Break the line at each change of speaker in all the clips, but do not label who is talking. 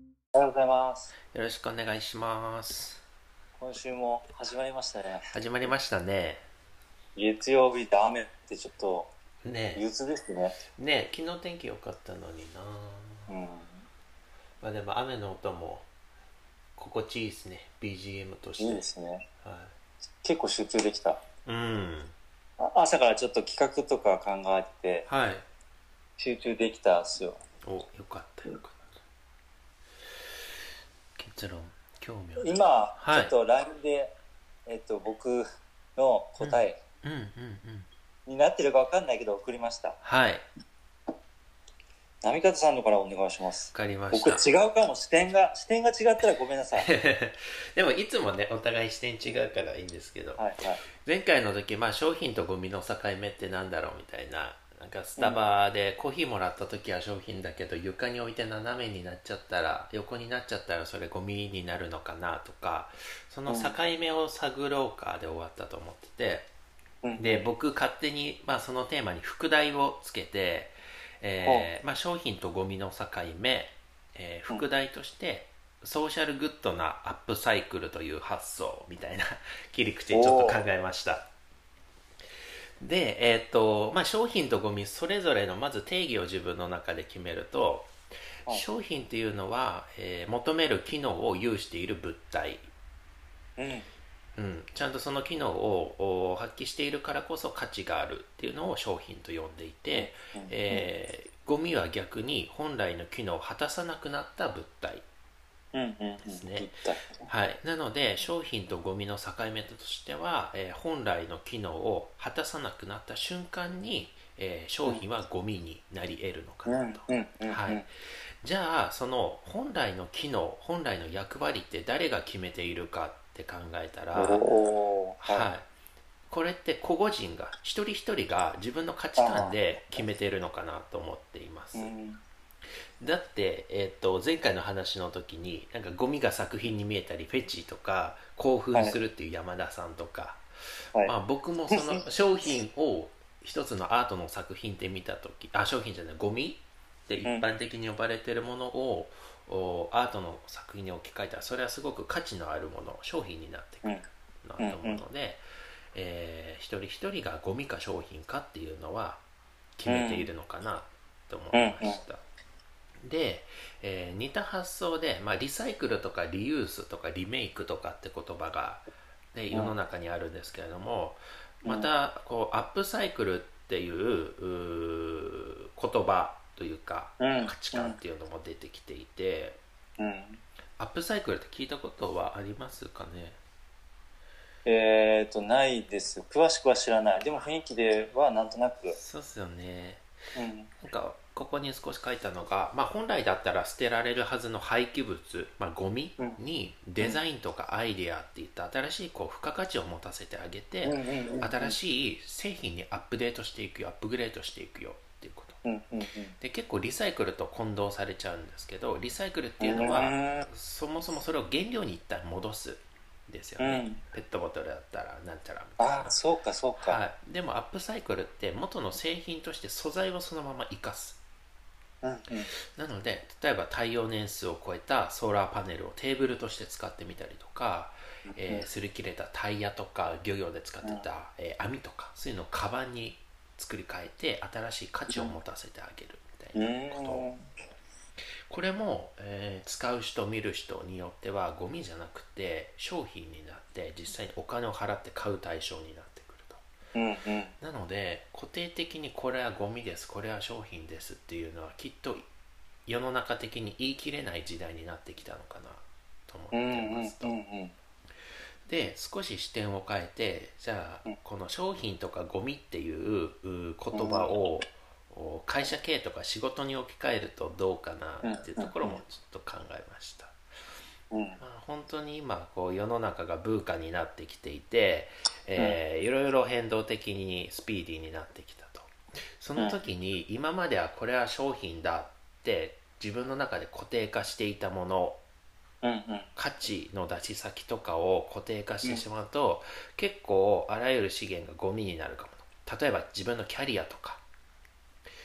います。
よろしくお願いします。
今週も始まりましたね。
始まりましたね。
月曜日って雨ってちょっと憂
ね
鬱ですね。
え、ねえ昨日天気良かったのにな。
うん。
まあでも雨の音も心地いいですね。BGM として。
いいですね。
は
結構集中できた。
い。うん。
あ朝からちょっと企画とか考えて
はい。
集中できたっすよ。
お、よかったよかった。結論、興味ある。
今、
はい
ちょっと LINE で、えっと、僕の答え
うんうんうん。
になってるかわかんないけど送りました。
はい。わ
波方さんのからお願いします。
かりまし
僕
た。
違うかも。視点が、視点が違ったらごめんなさい。
でもいつもね、お互い視点違うからいいんですけど。
はいはい。
前回の時、まあ、商品とゴミの境目ってなんだろうみたいななんかスタバでコーヒーもらった時は商品だけど床に置いて斜めになっちゃったら横になっちゃったらそれゴミになるのかなとかその境目を探ろうかで終わったと思ってて、
うん
で僕勝手に、まあ、そのテーマに副題をつけて、えーまあ、商品とゴミの境目、えー
うん
副題として、ソーシャルグッドなアップサイクルという発想みたいな 切り口でちょっと考えましたでえっ、と、まあ、商品とゴミそれぞれのまず定義を自分の中で決めると、
はい
商品っていうのは、えー求める機能を有している物体
うん。
うん、ちゃんとその機能をお発揮しているからこそ価値があるっていうのを商品と呼んでいて、
うん
えーゴミは逆に本来の機能を果たさなくなった物体、
うんうんうん。
すね
一体
はい、なので商品とゴミの境目としては、えー本来の機能を果たさなくなった瞬間に、えー商品はゴミになり得るのか
うんう
なんと、
うんうん。
はい、じゃあその本来の機能本来の役割って誰が決めているかって考えたら、
おお。
はい、これって個々人が一人一人が自分の価値観で決めてるのかなと思っています、
うん
だって、えっと前回の話の時になんかゴミが作品に見えたりフェチとか興奮するっていう山田さんとか、
はい
まあ、僕もその商品を一つのアートの作品で見た時あ商品じゃないゴミって一般的に呼ばれてるものを、おアートの作品に置き換えたらそれはすごく価値のあるもの商品になってくる
うん
なと思うので、えー一人一人がゴミか商品かっていうのは決めているのかなと思いました、で、えー似た発想で、まあ、リサイクルとかリユースとかリメイクとかって言葉が、ね、世の中にあるんですけれども、
うん
またこうアップサイクルっていううー言葉というか
うん
価値観っていうのも出てきていて、
うん
アップサイクルって聞いたことはありますかね
えっとないです詳しくは知らないでも雰囲気ではなんとなく
そうっすよね
うん
なんかここに少し書いたのが、まあ、本来だったら捨てられるはずの廃棄物、まあ、ゴミにデザインとかアイデアっていった新しいこう付加価値を持たせてあげ
うん
て
うんうん
新しい製品にアップデートしていくよアップグレードしていくよっていうこと
うんうん
で結構リサイクルと混同されちゃうんですけどリサイクルって
う
い
ん
うのは
は
そもそもそれを原料に一旦戻すですよ
う
ね、
ん
ペットボトルだったらなんちゃらみたい
あ
な
あそうかそうか
はい、でもアップサイクルって元の製品として素材をそのまま生かす
うんうん
なので例えば太陽年数を超えたソーラーパネルをテーブルとして使ってみたりとか、えー擦り切れたタイヤとか漁業で使ってた、えー網とかそういうのをカバンに作り変えて新しい価値を持たせてあげるみた
う
いな、
ん
これも、えー使う人見る人によってはゴミじゃなくて商品になって実際にお金を払って買う対象になってくると
うんうん
なので固定的にこれはゴミですこれは商品ですっていうのはきっと世の中的に言い切れない時代になってきたのかなと思っ
う
て
んう
ま
ん
す
う
と、
んうん
で少し視点を変えてじゃあ
うん
この商品とかゴミっていうう言葉をお会社経営とか仕事に置き換えるとどうかなっていうところもちょっと考えました。
うん
まあ、本当に今こう世の中がブーカになってきていて、えーいろいろ変動的にスピーディーになってきたとその時に今まではこれは商品だって自分の中で固定化していたもの
うんうん
価値の出し先とかを固定化してしまうと、結構あらゆる資源がゴミになるかも例えば自分のキャリアとか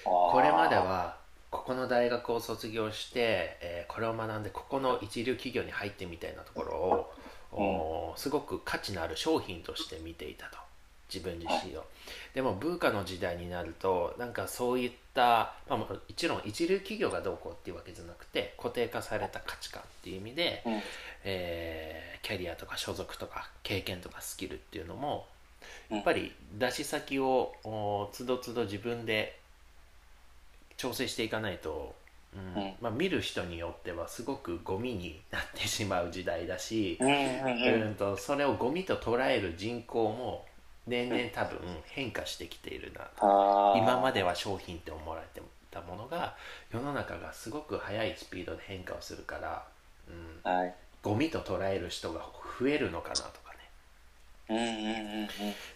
こ
これまではここの大学を卒業して、えーこれを学んでここの一流企業に入ってみたいなところを、おーすごく価値のある商品として見ていたと自分自身をでも文化の時代になるとなんかそういった、まあ、もちろん一流企業がどうこうっていうわけじゃなくて固定化された価値観っていう意味で、
うん
えーキャリアとか所属とか経験とかスキルっていうのもやっぱり出し先をおーつどつど自分で調整していかないと、うん
うん
まあ、見る人によってはすごくゴミになってしまう時代だし、
うんうん
うん、とそれをゴミと捉える人口も年々多分変化してきているな
あー
今までは商品って思われてたものが世の中がすごく速いスピードで変化をするから、うん、
はい
ゴミと捉える人が増えるのかなとかね
うんうんうん
っ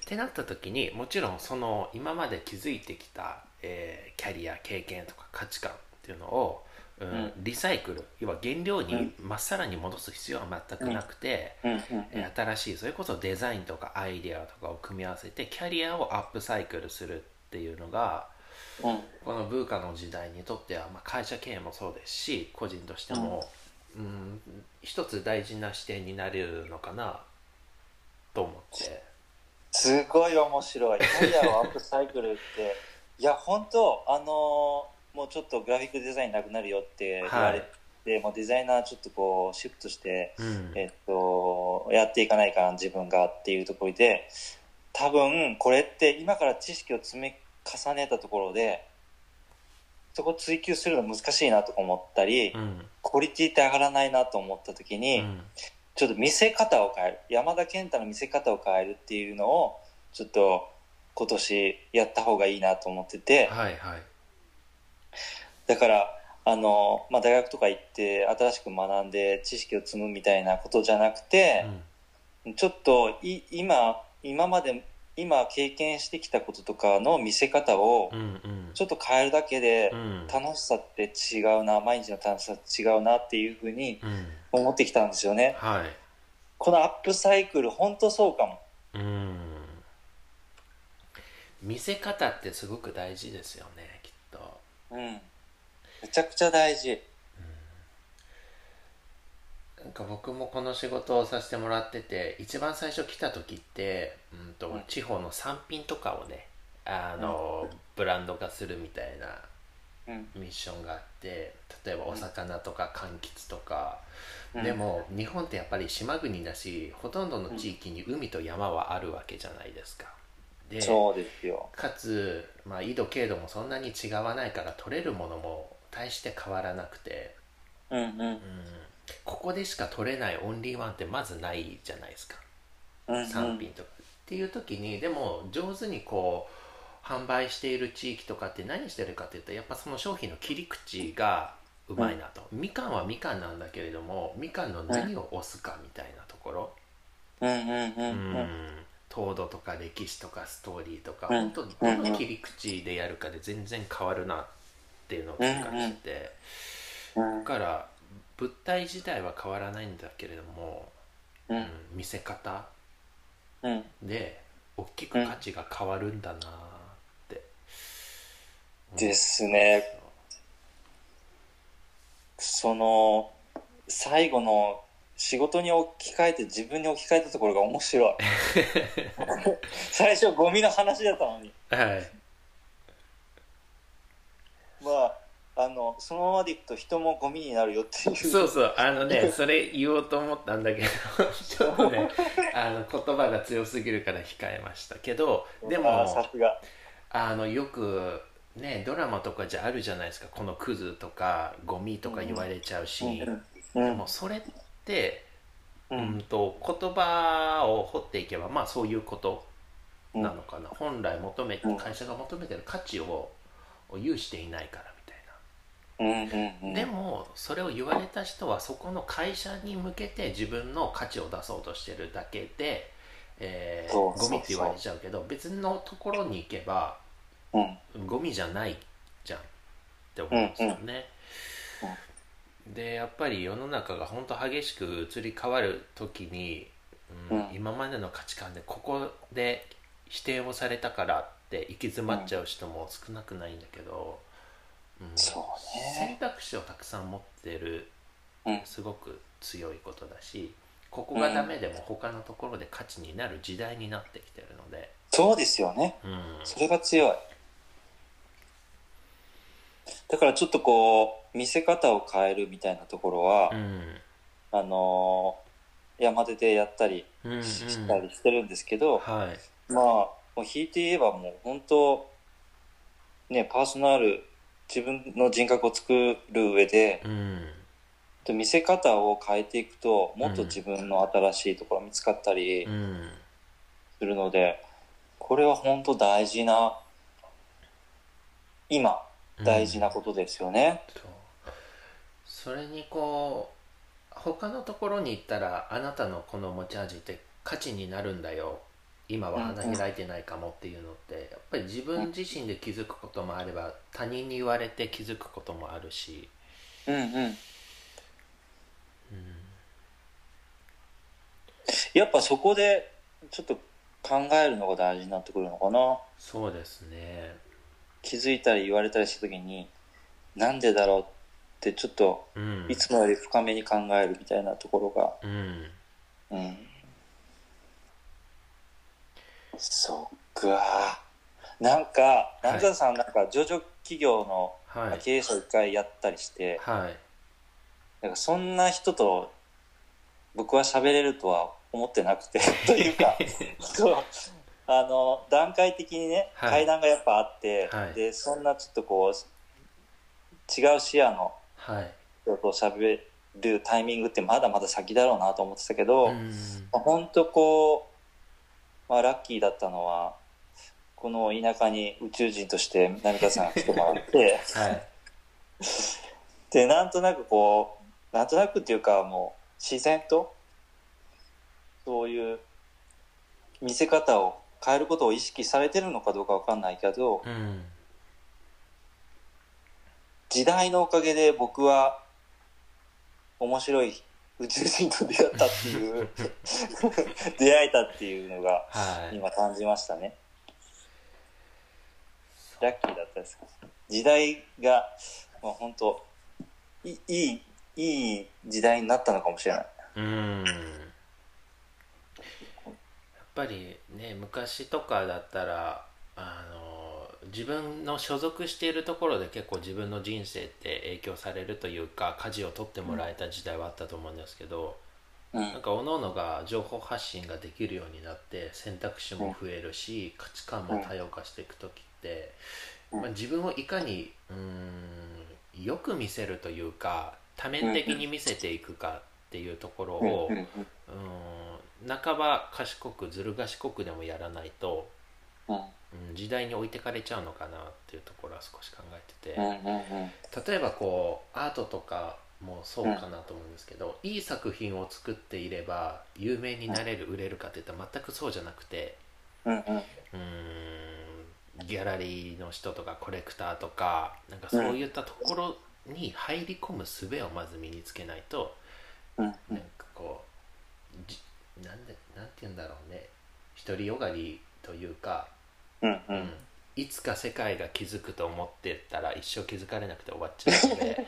てなった時にもちろんその今まで築いてきた、えーキャリア経験とか価値観っていうのを、うん
うん
リサイクル要は原料
う
にまっさらに戻す必要は全くなくて、
うんうんうん
えー新しいそれこそデザインとかアイデアとかを組み合わせてキャリアをアップサイクルするっていうのが
うん
この文化の時代にとっては、まあ、会社経営もそうですし個人としても、うん、一つ大事な視点になれるのかなと思って。
すごい面白い。キャリアをアップサイクルって、 いや、本当あのーもうちょっとグラフィックデザインなくなるよって言われて、もうデザイナーちょっとこう、シフトして、
うん
えっと、やっていかないかな、自分がっていうところで、多分、これって今から知識を積み重ねたところで、そこ追求するの難しいなとか思ったり、
うん
クオリティって上がらないなと思った時に、
うん
ちょっと見せ方を変える山田健太の見せ方を変えるっていうのをちょっと今年やった方がいいなと思ってて
はいはい
だからあの、まあ、大学とか行って新しく学んで知識を積むみたいなことじゃなくて、ちょっとい今今まで今経験してきたこととかの見せ方を
うんうん
ちょっと変えるだけで
うん
楽しさって違うな毎日の楽しさって違うなっていうふうに
うん
思ってきたんですよね。
はい
このアップサイクル本当そうかも
うん見せ方ってすごく大事ですよねきっと
うん。めちゃくちゃ大事。
なんか僕もこの仕事をさせてもらってて一番最初来た時って、うんと
うん
地方の産品とかをねあの、ブランド化するみたいな
うん。
ミッションがあって例えばお魚とか柑橘とか、
うん
でも日本ってやっぱり島国だしほとんどの地域に海と山はあるわけじゃないですか。で
そうですよ。
かつ、まあ、緯度経度もそんなに違わないから取れるものも大して変わらなくて、
うんうん
うん。、ここでしか取れないオンリーワンってまずないじゃないですか
うんうん
産品とか、っていう時にでも上手にこう販売している地域とかって何してるかっていうとやっぱその商品の切り口がうまいなと、みかんはみかんなんだけれどもみかんの何を押すかみたいなところ、
うんうんう
うん
うん。
ん、糖度とか歴史とかストーリーとか、
うん
本当どの切り口でやるかで全然変わるなっていうのを実感してて、
うん
だから物体自体は変わらないんだけれども、
う
うんん見せ方
うん。
で大きく価値が変わるんだなって、
ですね。その、最後の仕事に置き換えて自分に置き換えたところが面白い。最初ゴミの話だったのに。
はい
まあ、あの、そのままでいくと人もゴミになるよっていう。
そうそうあのねそれ言おうと思ったんだけどちょっ とねあの言葉が強すぎるから控えましたけどでも
あーさすが。
あのよくねドラマとかじゃあるじゃないですかこのクズとかゴミとか言われちゃうシーン、
うん
でもそれって、
う
うんん、と言葉を掘っていけばまあそういうこと
うん
なのかな、本来求め
うん
会社が求めてる価値をを有していないからみたいな
うんうんうん。
でもそれを言われた人はそこの会社に向けて自分の価値を出そうとしてるだけで、えー
そうそうそう
ゴミって言われちゃうけど別のところに行けば
うん。
ゴミじゃないじゃんって思うんですよね。
うんう
でやっぱり世の中が本当激しく移り変わる時に、うん
うん
今までの価値観でここで否定をされたからって行き詰まっちゃう人も少なくないんだけど、うん
そう
選
ね。
択肢をたくさん持ってる
うん
すごく強いことだしここがダメでも他のところで価値になる時代になってきてるので、
そうですよね。
うん、
それが強い。だからちょっとこう、見せ方を変えるみたいなところは、
うん
あのー山手でやったり
うんうん
したりしてるんですけど、
はい
まあ、もう引いて言えばもう本当、ね、パーソナル、自分の人格を作る上で、
うん
見せ方を変えていくと、もっと自分の新しいところ見つかったり
うん
するので、これは本当大事な、今、大事なことですよね。
とそれにこう他のところに行ったらあなたのこの持ち味って価値になるんだよ今は
うんうん
花開いてないかもっていうのってやっぱり自分自身で気づくこともあれば他人に言われて気づくこともあるし、
うんうん。
うん、
やっぱそこで、ちょっと考えるのが大事になってくるのかな。
そうですね
気づいたり言われたりした時に、なんでだろうってちょっと、
うん
いつもより深めに考えるみたいなところが。
うん
うん。そっか。なんか、
い
南沢さんなんか上場企業の
はい
経営者を一回やったりして、
はい
なんかそんな人と僕は喋れるとは思ってなくて という かそうあの段階的にね、
はい
階段がやっぱあって、
はい
でそんなちょっとこう違う視野の
はい
人と喋るタイミングってまだまだ先だろうなと思ってたけど、
うん
まあ、ほんとこう、まあ、ラッキーだったのはこの田舎に宇宙人として浪田さんが来てもらって。
はい
でなんとなくこうなんとなくっていうかもう自然とそういう見せ方を変えることを意識されてるのかどうかわかんないけど
うん
時代のおかげで僕は面白い宇宙人と出会ったっていう出会えたっていうのが
はい
今感じましたねラッキーだったです時代がまあ本当いいいいい時代になったのかもしれない、
うんやっぱりね昔とかだったらあの自分の所属しているところで結構自分の人生って影響されるというか舵を取ってもらえた時代はあったと思うんですけど、
う
なん
ん、
か各々が情報発信ができるようになって選択肢も増えるし、価値観も多様化していく時って、
うん
まあ、自分をいかにうーんよく見せるというか多面的に見せていくかっていうところを、
うん
うーん半ば賢くずる賢くでもやらないと、
うん
うん、時代に置いてかれちゃうのかなっていうところは少し考えてて、
うんうん
例えばこうアートとかもそうかなと思うんですけど、いい作品を作っていれば有名になれる、売れるかっていったら全くそうじゃなくて
うんうん
うーんギャラリーの人とかコレクターとかなんかそういったところに入り込む術をまず身につけないと、
うんう
なん
ん
かこうじなんでなんて言うんだろうね独りよがりというか、
うんう
うんいつか世界が気づくと思ってたら一生気づかれなくて終わっちゃう ので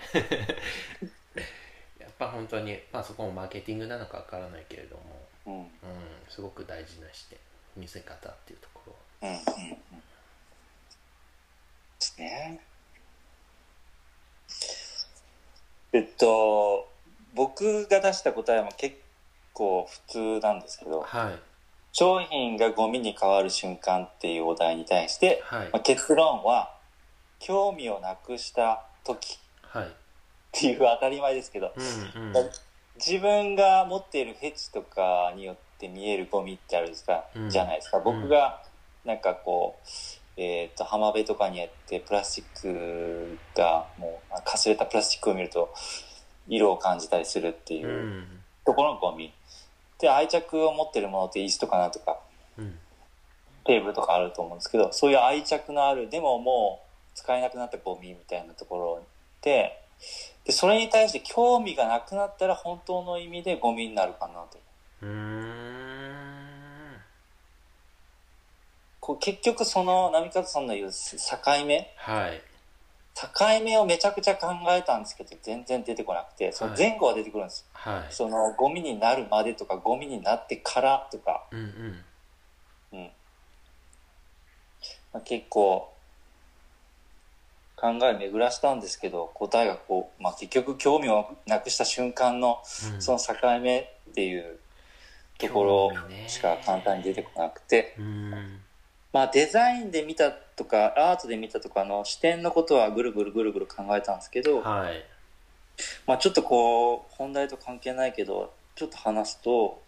やっぱ本当に、まあ、そこもマーケティングなのかわからないけれども、
うんうん
うん、すごく大事な視点見せ方っていうところ
うんうんですね。えっと、僕が出した答えも結構普通なんですけど、
はい
商品がゴミに変わる瞬間っていうお題に対して、
はい
まあ、結論は、興味をなくした時
はい
っていう当たり前ですけど、
うんうん
自分が持っているヘチとかによって見えるゴミってあるんですか、
うん
じゃないですか僕がなんかこう、えっと浜辺とかにやってプラスチックがもうかすれたプラスチックを見ると色を感じたりするっていううんところのゴミ、で愛着を持ってるものって椅子とかなんとか
うん
テーブルとかあると思うんですけどそういう愛着のあるでももう使えなくなったゴミみたいなところででそれに対して興味がなくなったら本当の意味でゴミになるかなと
うーん
こう結局その波方さんの言う境目
はい
境目をめちゃくちゃ考えたんですけど全然出てこなくてその前後は出てくるんです、
はい
そのゴミになるまでとかゴミになってからとか、
うんうん
まあ、結構考えを巡らしたんですけど答えがこう、まあ、結局興味をなくした瞬間の
うん
その境目っていうところしか簡単に出てこなくて、
うん
まあ、デザインで見たとかアートで見たとかの視点のことはぐるぐるぐるぐる考えたんですけど、
はい
まあ、ちょっとこう本題と関係ないけどちょっと話すと、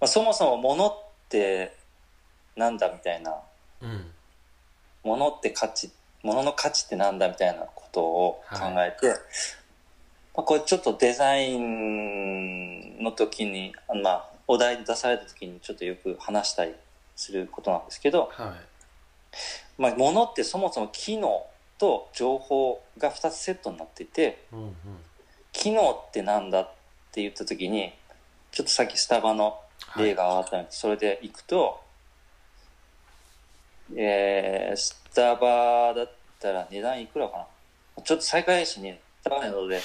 まあ、そもそも物ってなんだみたいな
うん
物って価値物の価値ってなんだみたいなことを考えて、まあ、これちょっとデザインの時に、まあ、お題で出された時にちょっとよく話したりすることなんですけど、
は
まあ、物ってそもそも機能と情報が2つセットになっていて。
いうんうん
機能ってなんだって言った時にちょっとさっきスタバの
はい
例があったので、それでいくと、えースタバだったら値段いくらかなちょっと最下位しに高いので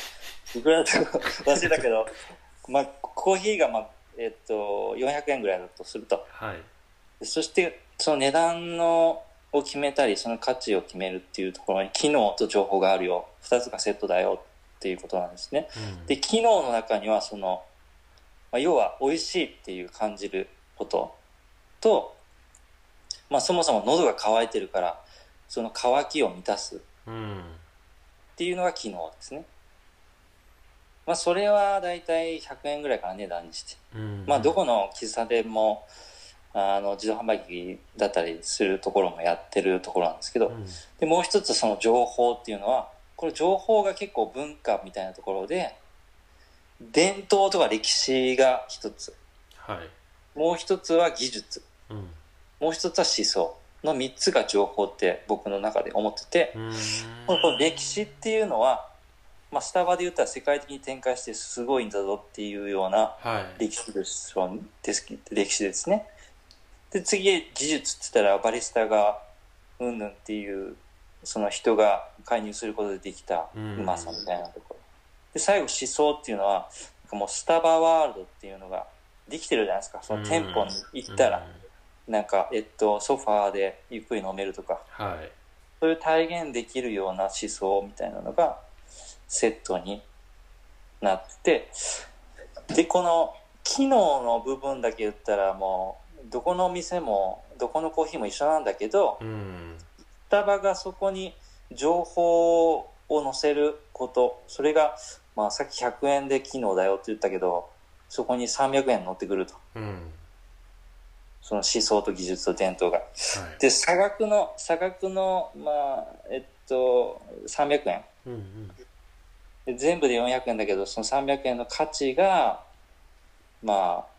いくらだったか忘れたけど、 まあ、コーヒーが、まあえっと400円ぐらいだとすると
はい
そしてその値段のを決めたりその価値を決めるっていうところに機能と情報があるよ2つがセットだよっていうことなんですね。
うん
で機能の中にはその、まあ、要は美味しいっていう感じることと、まあ、そもそも喉が渇いてるからその渇きを満たすっ
うん
ていうのが機能ですね。まあ、それはだいたい100円ぐらいから値段にして。
うん
まあ、どこの喫茶店も、あの、自動販売機だったりするところもやってるところなんですけど、
うん
でもう一つその情報っていうのはこれ情報が結構文化みたいなところで伝統とか歴史が一つ
はい
もう一つは技術
うん
もう一つは思想の3つが情報って僕の中で思ってて
うん
この歴史っていうのは、まあ、スタバで言ったら世界的に展開してすごいんだぞっていうような
はい
歴史ですです歴史ですね。で次技術って言ったらバリスタがうんぬんっていうその人が介入することでできた
う
うんまさみたいなところ。で最後思想っていうのはなんかもうスタバワールドっていうのができてるじゃないですかその店舗に行った
う
ら
ん
なんかえっとソファーでゆっくり飲めるとか
はい
そういう体現できるような思想みたいなのがセットになっててでこの機能の部分だけ言ったらもうどこの店もどこのコーヒーも一緒なんだけど
うん
スタバがそこに情報を載せることそれが、まあ、さっき100円で機能だよって言ったけどそこに300円乗ってくると
うん
その思想と技術と伝統が。
はい
で差額の差額のまあえっと300円
うんうん
で全部で400円だけどその300円の価値がまあ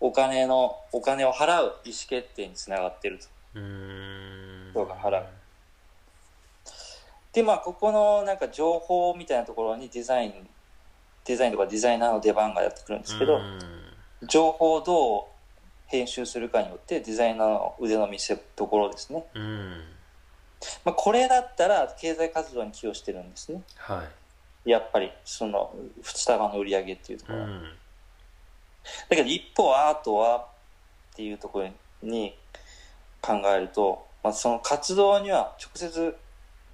お金のお金を払う意思決定につながってると
うん
そうか払うでまあここのなんか情報みたいなところにデザインデザインとかデザイナーの出番がやってくるんですけど、
うん
情報をどう編集するかによってデザイナーの腕の見せ所ですね、
うん
まあ、これだったら経済活動に寄与してるんですね
は
やっぱりそのスタバの売り上げっていうと
い
こ
う
ろは、
ん
だけど一方アートはっていうところに考えると、まあ、その活動には直接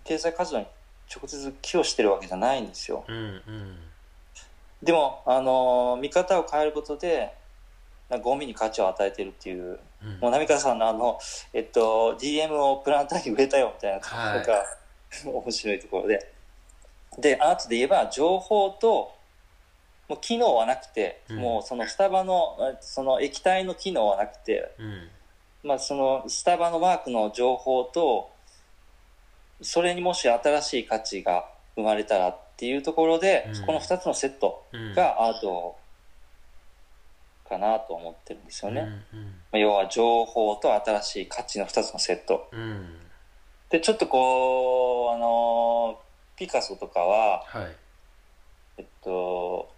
経済活動に直接寄与してるわけじゃないんですよ
うんうん
でも、あのー見方を変えることでなんかゴミに価値を与えてるっていう
うん
もう浪川さんのあの、えっと、DM をプランターに植えたよみたいなところが、面白いところででアートで言えば情報ともう機能はなくて、
うん
もうそのスタバのあその液体の機能はなくて、
うん
まあ、そのスタバのマークの情報とそれにもし新しい価値が生まれたらっていうところで、
うん
この2つのセット
うん
がアートかなと思ってるんですよね。
うん
まあ要は情報と新しい価値の2つのセット
うんうん
でちょっとこうあのーピカソとかは
はい
えっと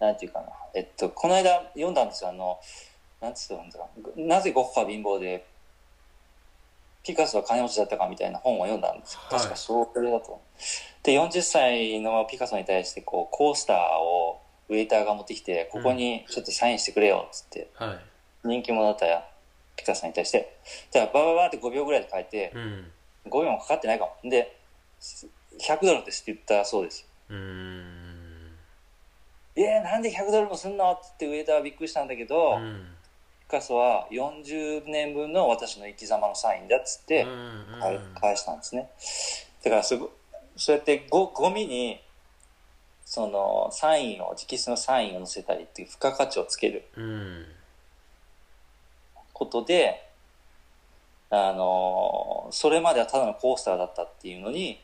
なんていうかなえっとこの間読んだんですよあのなんつうんだなぜゴッホは貧乏でピカソは金持ちだったかみたいな本を読んだんです。
はい
確かそれだと。で、40歳のピカソに対して、こう、コースターをウェイターが持ってきて、ここにちょっとサインしてくれよ、つって、
はい
人気者だったピカソに対して、じゃあ、バババーって5秒ぐらいで書いて、
うん
5秒もかかってないかも。で、100ドルですって言ったそうです。
うーん
えー、なんで100ドルもすんのってウェイターはびっくりしたんだけど、
うん
ピカソは40年分の私の生き様のサインだっつって
うんうん
返返したんですね。だからすごそうやってごゴミにそのサインを直筆のサインを載せたりっていう付加価値をつける
うん
ことで、あのそれまではただのコースターだったっていうのに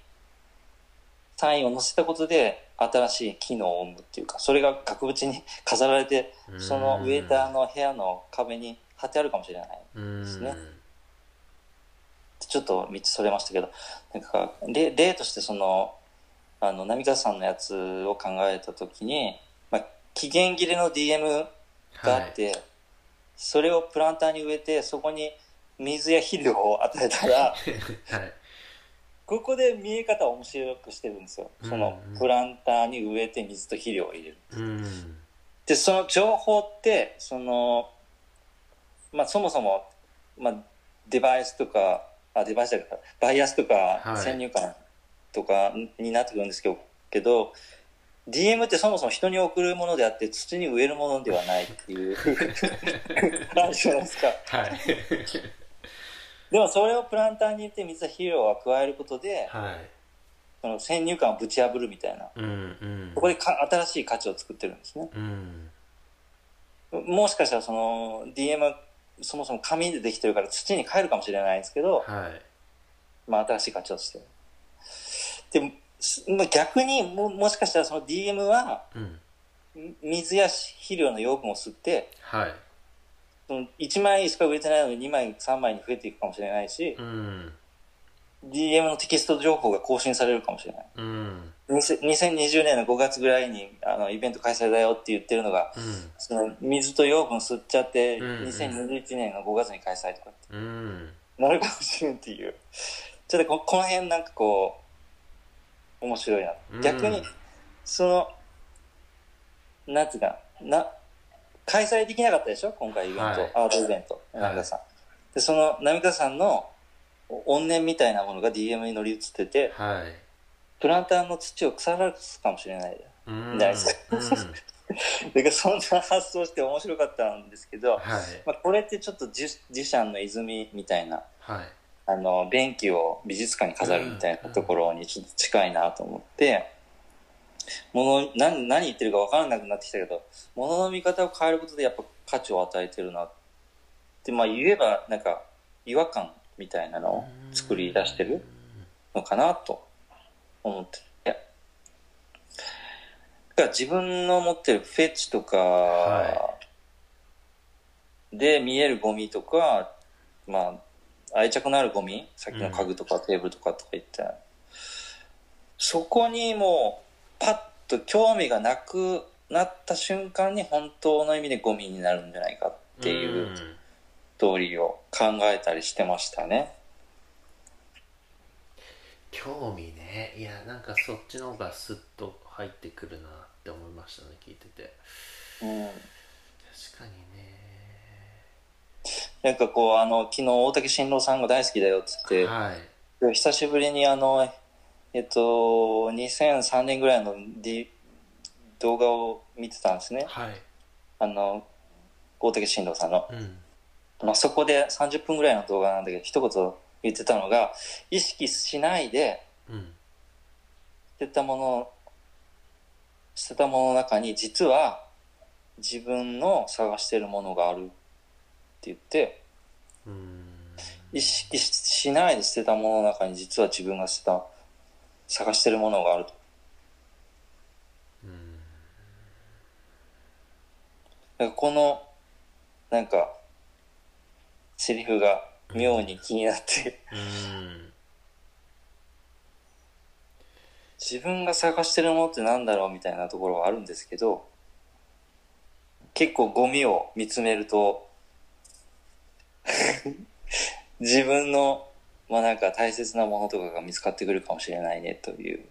サインを載せたことで新しい機能を生むっていうかそれが額縁に 飾られて
うん
そのウェーターの部屋の壁に貼ってあるかもしれない。
うん
ですねちょっと3つそれましたけどなんか例例としてそのあの浪川さんのやつを考えた時に、まあ、期限切れの DM があって、それをプランターに植えてそこに水や肥料を与えたら
はい、はい
ここで見え方を面白くしてるんですよその
うんうん
プランターに植えて水と肥料を入れる
うん
でその情報ってその、まあ、そもそも、まあ、デバイスとかあデバイスだからバイアスと
は
か
い
先入観とかになってくるんですけど,、けど DM ってそもそも人に送るものであって土に植えるものではないっていう 話じゃないですか
はい
でもそれをプランターに入れて水や肥料を加えることで
はい
その先入観をぶち破るみたいな
うんうん
ここでか新しい価値を作ってるんですね
うん
もしかしたらその DM はそもそも紙でできてるから土に帰るかもしれないんですけど、
はい
まあ、新しい価値をしてる。で、すまあ、逆にももしかしたらその DM は
うん
み水や肥料の養分を吸って
はい
その1枚しか植えてないのに2枚3枚に増えていくかもしれないし
う、ん
DM のテキスト情報が更新されるかもしれない。
うん
にせ2020年の5月ぐらいにあのイベント開催だよって言ってるのが
うん
その水と養分吸っちゃって、
うんうん
2021年の5月に開催とか
うん
なるかもしれんっていう。ちょっとここの辺なんかこう、面白いな
う。ん
逆に、その、なんつうかな、な、開催できなかったでしょ今回イベント、
はい
アートイベント、
い
浪川さん。で、その浪川さんのお怨念みたいなものが DM に乗り移ってて、
はい
プランターの土を腐らすかもしれない。
うん
大好だからそんな発想して面白かったんですけ
うん
ど、
はい
まあ、これってちょっと自自社の泉みたいな、
はい
あの、便器を美術館に飾るみたいなところにちょっと近いなと思って、もの、何、何言ってるか分からなくなってきたけど、ものの見方を変えることでやっぱ価値を与えてるなって、まあ言えばなんか違和感みたいなのを作り出してるのかなと思ってて。だから自分の持ってるフェチとか
は、
で見えるゴミとか、まあ、愛着のあるゴミ、さっきの家具とかテーブルとかとか言って、そこにもう、パッと興味がなくなった瞬間に本当の意味でゴミになるんじゃないかっていううス
ん
トーリーを考えたりしてましたね。
興味ねいやなんかそっちの方がスッと入ってくるなって思いましたね聞いてて
うん
確かにね
なんかこう、あの、昨日大竹新郎さんが大好きだよって言って、
はい
久しぶりにあの、えっと、2003年ぐらいの、D、動画を見てたんですね。
はい
あの、大竹新郎さんの。
うん
まあ、そこで30分ぐらいの動画なんだけど、一言言ってたのが、意識しないで
うん
捨てたもの、捨てたものの中に、実は自分の探してるものがあるって言って、
うん
意識ししないで捨てたものの中に実は自分が捨てた探してるものがあると
うん
だからこのなんかセリフが妙に気になって
うん
自分が探してるものってなんだろうみたいなところはあるんですけど結構ゴミを見つめると 自分のまあなんか大切なものとかが見つかってくるかもしれないねという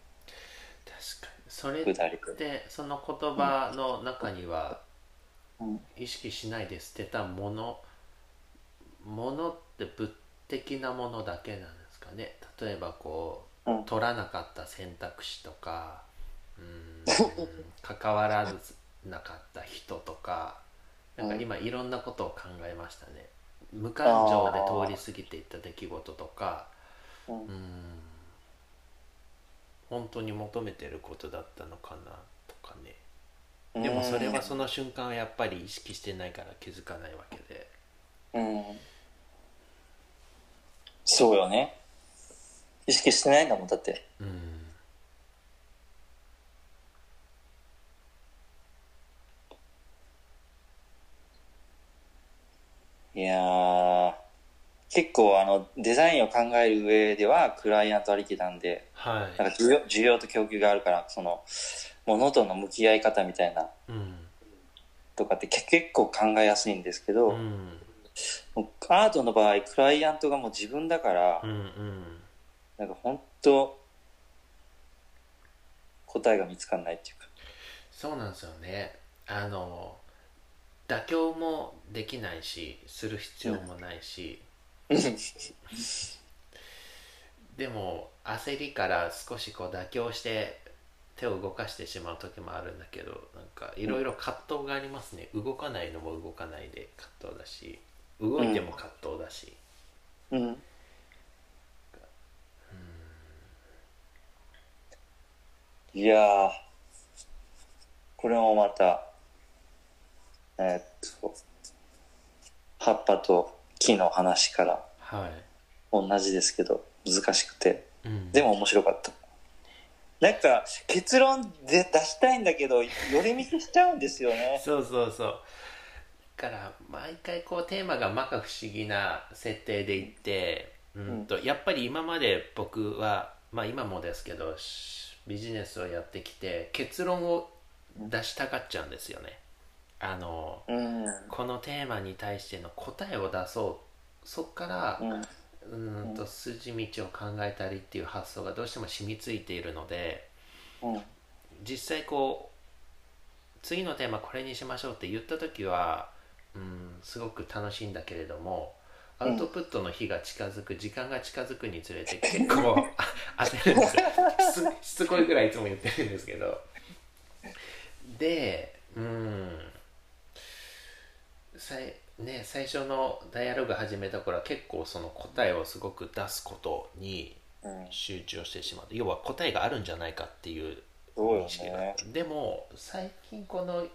確かにそれっ
くだりで
てその言葉の中には
うん
意識しないで捨てたものものって物的なものだけなんですかね例えばこう
うん
取らなかった選択肢とかう ーん関わらずなかった人とかなんか今いろんなことを考えましたね無感情で通り過ぎていった出来事とか
う
うんーん本当に求めてることだったのかなとかねでもそれはその瞬間はやっぱり意識してないから気づかないわけで
うんそうよね意識してないんだもんだって
うん
いやー結構あのデザインを考える上ではクライアントありきなんで
は
なん
い、
か需要需要と供給があるからその物との向き合い方みたいな
うん
とかってけ結構考えやすいんですけど、
うん、
もうアートの場合クライアントがもう自分だから、
うんうん
なんか本当答えが見つかんないっていうか
そうなんですよねあの妥協もできないしする必要もないし、でも焦りから少しこう妥協して手を動かしてしまう時もあるんだけどなんかいろいろ葛藤がありますね、動かないのも動かないで葛藤だし動いても葛藤だし、
うんいやーこれもまたえーっと葉っぱと木の話から
はい、
同じですけど難しくて
うん、
でも面白かったなんか結論で出したいんだけど寄り道しちゃうんですよね
そうそうそうだから毎回こうテーマが摩訶不思議な設定でいってうんとやっぱり今まで僕はまあ今もですけどしビジネスをやってきて結論を出したがっちゃうんですよねあの
うんうん
このテーマに対しての答えを出そうそっからうーんと筋道を考えたりっていう発想がどうしても染みついているので
うん
実際こう次のテーマこれにしましょうって言った時は、うん、すごく楽しいんだけれどもアウトプットの日が近づく、時間が近づくにつれて結構あ焦るんですよしつしつこいぐらいいつも言ってるんですけどでうんさいね、最初のダイアログ始めた頃は結構その答えをすごく出すことに
うん
集中してしまう要は答えがあるんじゃないかっていう
そうよ
認識だ
ね
でも最近この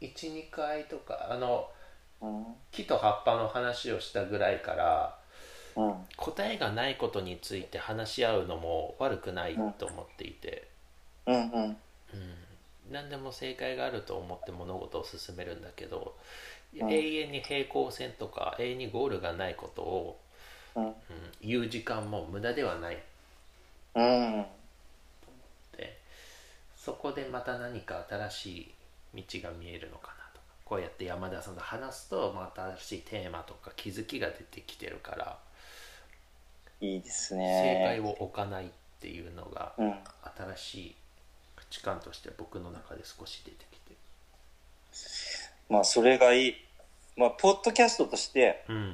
12回とかあの
うん
木と葉っぱの話をしたぐらいから
うん
答えがないことについて話し合うのも悪くないと思っていて、
うんうん
うん、何でも正解があると思って物事を進めるんだけど、
うん
永遠に平行線とか永遠にゴールがないことを、
うん
うん、言う時間も無駄ではない
うん
ってそこでまた何か新しい道が見えるのかなとかこうやって山田さんと話すとまた新しいテーマとか気づきが出てきてるから
いいです
正
ね
解を置かないっていうのが
うん
新しい価値観として僕の中で少し出てきて
まあそれがいいまあポッドキャストとして
うん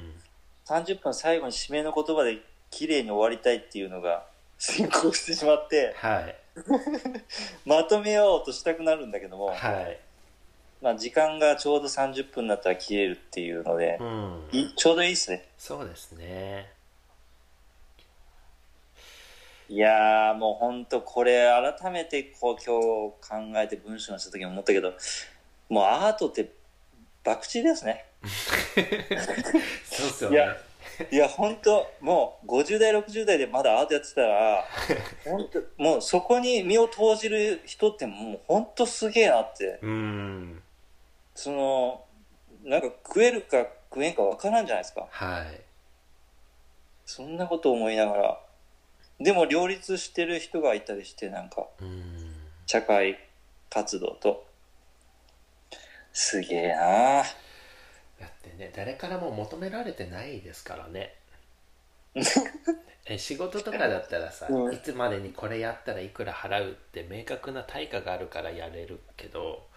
30分最後に締めの言葉で綺麗に終わりたいっていうのが進行してしまって
はい
まとめようとしたくなるんだけども、
はい
まあ、時間がちょうど30分になったら切れるっていうので
う、ん
いちょうどいいですね
そうですね
いやーもうほんとこれ改めてこう今日考えて文章にした時も思ったけどもうアートって博打ですね
そうっすよ
い
ね
やいや本当もう50代60代でまだアートやってたら本当もうそこに身を投じる人ってもう本当すげえなって
うん
そのなんか食えるか食えんか分からんじゃないですか
はい
そんなこと思いながらでも両立してる人がいたりしてなんか
うん
社会活動とすげえなあ
だってね誰からも求められてないですからねえ仕事とかだったらさ、
うん
いつまでにこれやったらいくら払うって明確な対価があるからやれるけど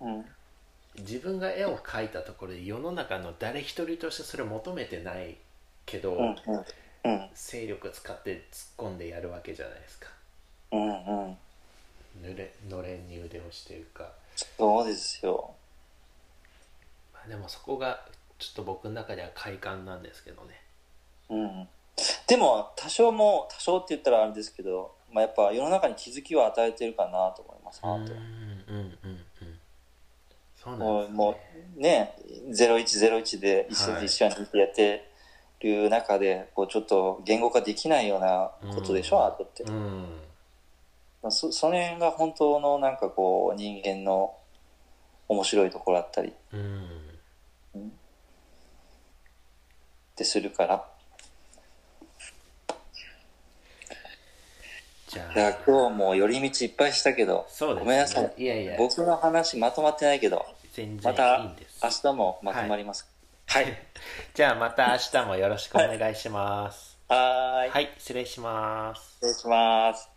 うん
自分が絵を描いたところで世の中の誰一人としてそれ求めてないけど、
うんうん
勢力使って突っ込んでやるわけじゃないですか
うんうん
濡れのれんに腕をしてるか、
そうですよ
まあ、でもそこがちょっと僕の中では快感なんですけどね
うんでも多少も多少って言ったらあれですけど、まあ、やっぱ世の中に気づきを与えてるかなと思います
うんうん
あと
うんうんそうなん
も
で
う
すね
もうね0101で一緒
はい
に一緒にやってる中で、こうちょっと言語化できないようなことでしょ、
うん
アートって、
うん
まあ、そその辺が本当のなんかこう人間の面白いところだったりっ
うん
てするから
じゃ
いや
あ
今日も寄り道いっぱいしたけど
そうですね
ごめんなさい
いやいや
僕の話まとまってないけど
全然
ま
いい
た
んです
明日もまとまります
はい じゃあまた明日もよろしくお願いします
はーい
はい失礼します
失礼します